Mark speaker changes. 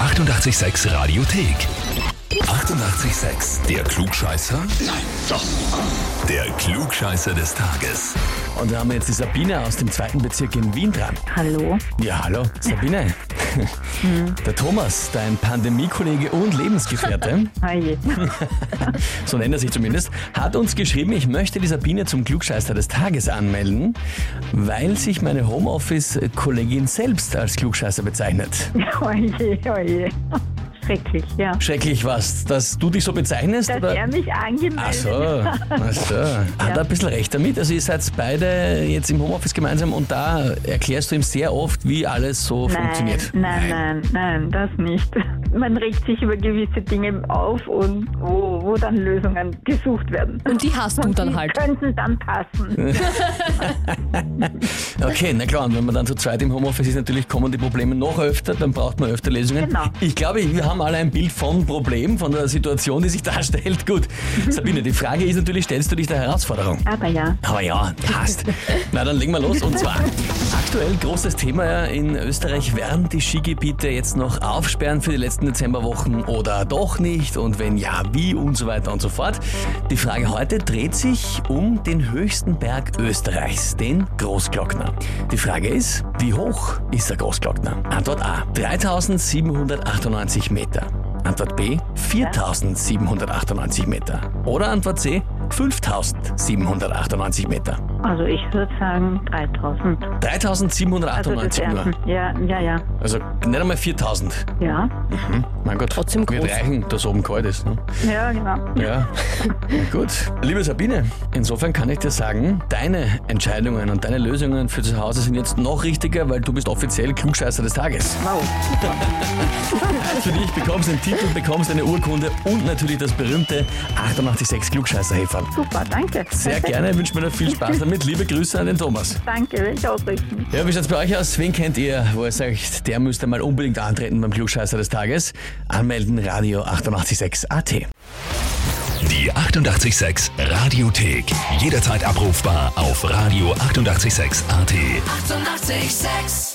Speaker 1: 886 Radiothek. 88,6. Der Klugscheißer? Nein, doch. Der Klugscheißer des Tages.
Speaker 2: Und da haben wir jetzt die Sabine aus dem zweiten Bezirk in Wien dran.
Speaker 3: Hallo.
Speaker 2: Ja, hallo, Sabine. Der Thomas, dein Pandemiekollege und Lebensgefährte,
Speaker 3: Hi.
Speaker 2: so nennt er sich zumindest, hat uns geschrieben, ich möchte die Sabine zum Klugscheißer des Tages anmelden, weil sich meine Homeoffice-Kollegin selbst als Klugscheißer bezeichnet.
Speaker 3: Oje, oje. Schrecklich, ja.
Speaker 2: Schrecklich was, dass du dich so bezeichnest?
Speaker 3: Dass
Speaker 2: oder?
Speaker 3: er mich angemeldet
Speaker 2: Ach so, ach so. Hat er ein bisschen recht damit. Also ihr seid beide jetzt im Homeoffice gemeinsam und da erklärst du ihm sehr oft, wie alles so
Speaker 3: Nein,
Speaker 2: funktioniert.
Speaker 3: nein, nein, nein, das nicht. Man regt sich über gewisse Dinge auf und wo, wo dann Lösungen gesucht werden.
Speaker 4: Und die hast du dann
Speaker 3: Die
Speaker 4: halt.
Speaker 3: könnten dann passen.
Speaker 2: Okay, na klar, und wenn man dann zu zweit im Homeoffice ist, natürlich kommen die Probleme noch öfter, dann braucht man öfter Lösungen.
Speaker 3: Genau.
Speaker 2: Ich glaube, wir haben alle ein Bild vom Problem, von der Situation, die sich darstellt. Gut, Sabine, die Frage ist natürlich, stellst du dich der Herausforderung?
Speaker 3: Aber ja,
Speaker 2: Aber ja, passt. Na, dann legen wir los. Und zwar, aktuell großes Thema in Österreich, werden die Skigebiete jetzt noch aufsperren für die letzten Dezemberwochen oder doch nicht? Und wenn ja, wie und so weiter und so fort. Die Frage heute dreht sich um den höchsten Berg Österreichs, den Großglockner. Die Frage ist, wie hoch ist der Großglockner? Antwort A, 3798 Meter. Antwort B 4798 Meter. Oder Antwort C 5798 Meter.
Speaker 3: also ich würde sagen 3000. Also das
Speaker 2: 3798
Speaker 3: erste.
Speaker 2: nur.
Speaker 3: Ja, ja, ja.
Speaker 2: Also nicht einmal 4000.
Speaker 3: Ja,
Speaker 2: Mein Gott,
Speaker 4: Trotzdem
Speaker 2: wird
Speaker 4: groß.
Speaker 2: reichen, dass oben kalt ist. Ne?
Speaker 3: ja genau.
Speaker 2: Ja, Na gut. Liebe Sabine, insofern kann ich dir sagen, deine Entscheidungen und deine Lösungen für zu Hause sind jetzt noch richtiger, weil du bist offiziell Klugscheißer des Tages.
Speaker 3: Wow.
Speaker 2: Für dich bekommst du einen Titel, bekommst eine Urkunde und natürlich das berühmte 886 Klugscheißer-Heferl.
Speaker 3: Super, danke.
Speaker 2: Sehr
Speaker 3: Perfekt.
Speaker 2: gerne, wünsche mir noch viel Spaß damit. Liebe Grüße an den Thomas.
Speaker 3: Danke, will ich ausrichten.
Speaker 2: Ja, wie schaut's bei euch aus? Wen kennt ihr, wo ihr sagt, der müsste mal unbedingt antreten beim Klugscheißer des Tages? Anmelden, Radio 886 AT.
Speaker 1: Die 88,6 Radiothek. Jederzeit abrufbar auf radio886.at. 88,6.
Speaker 4: Eighty-eight, sex.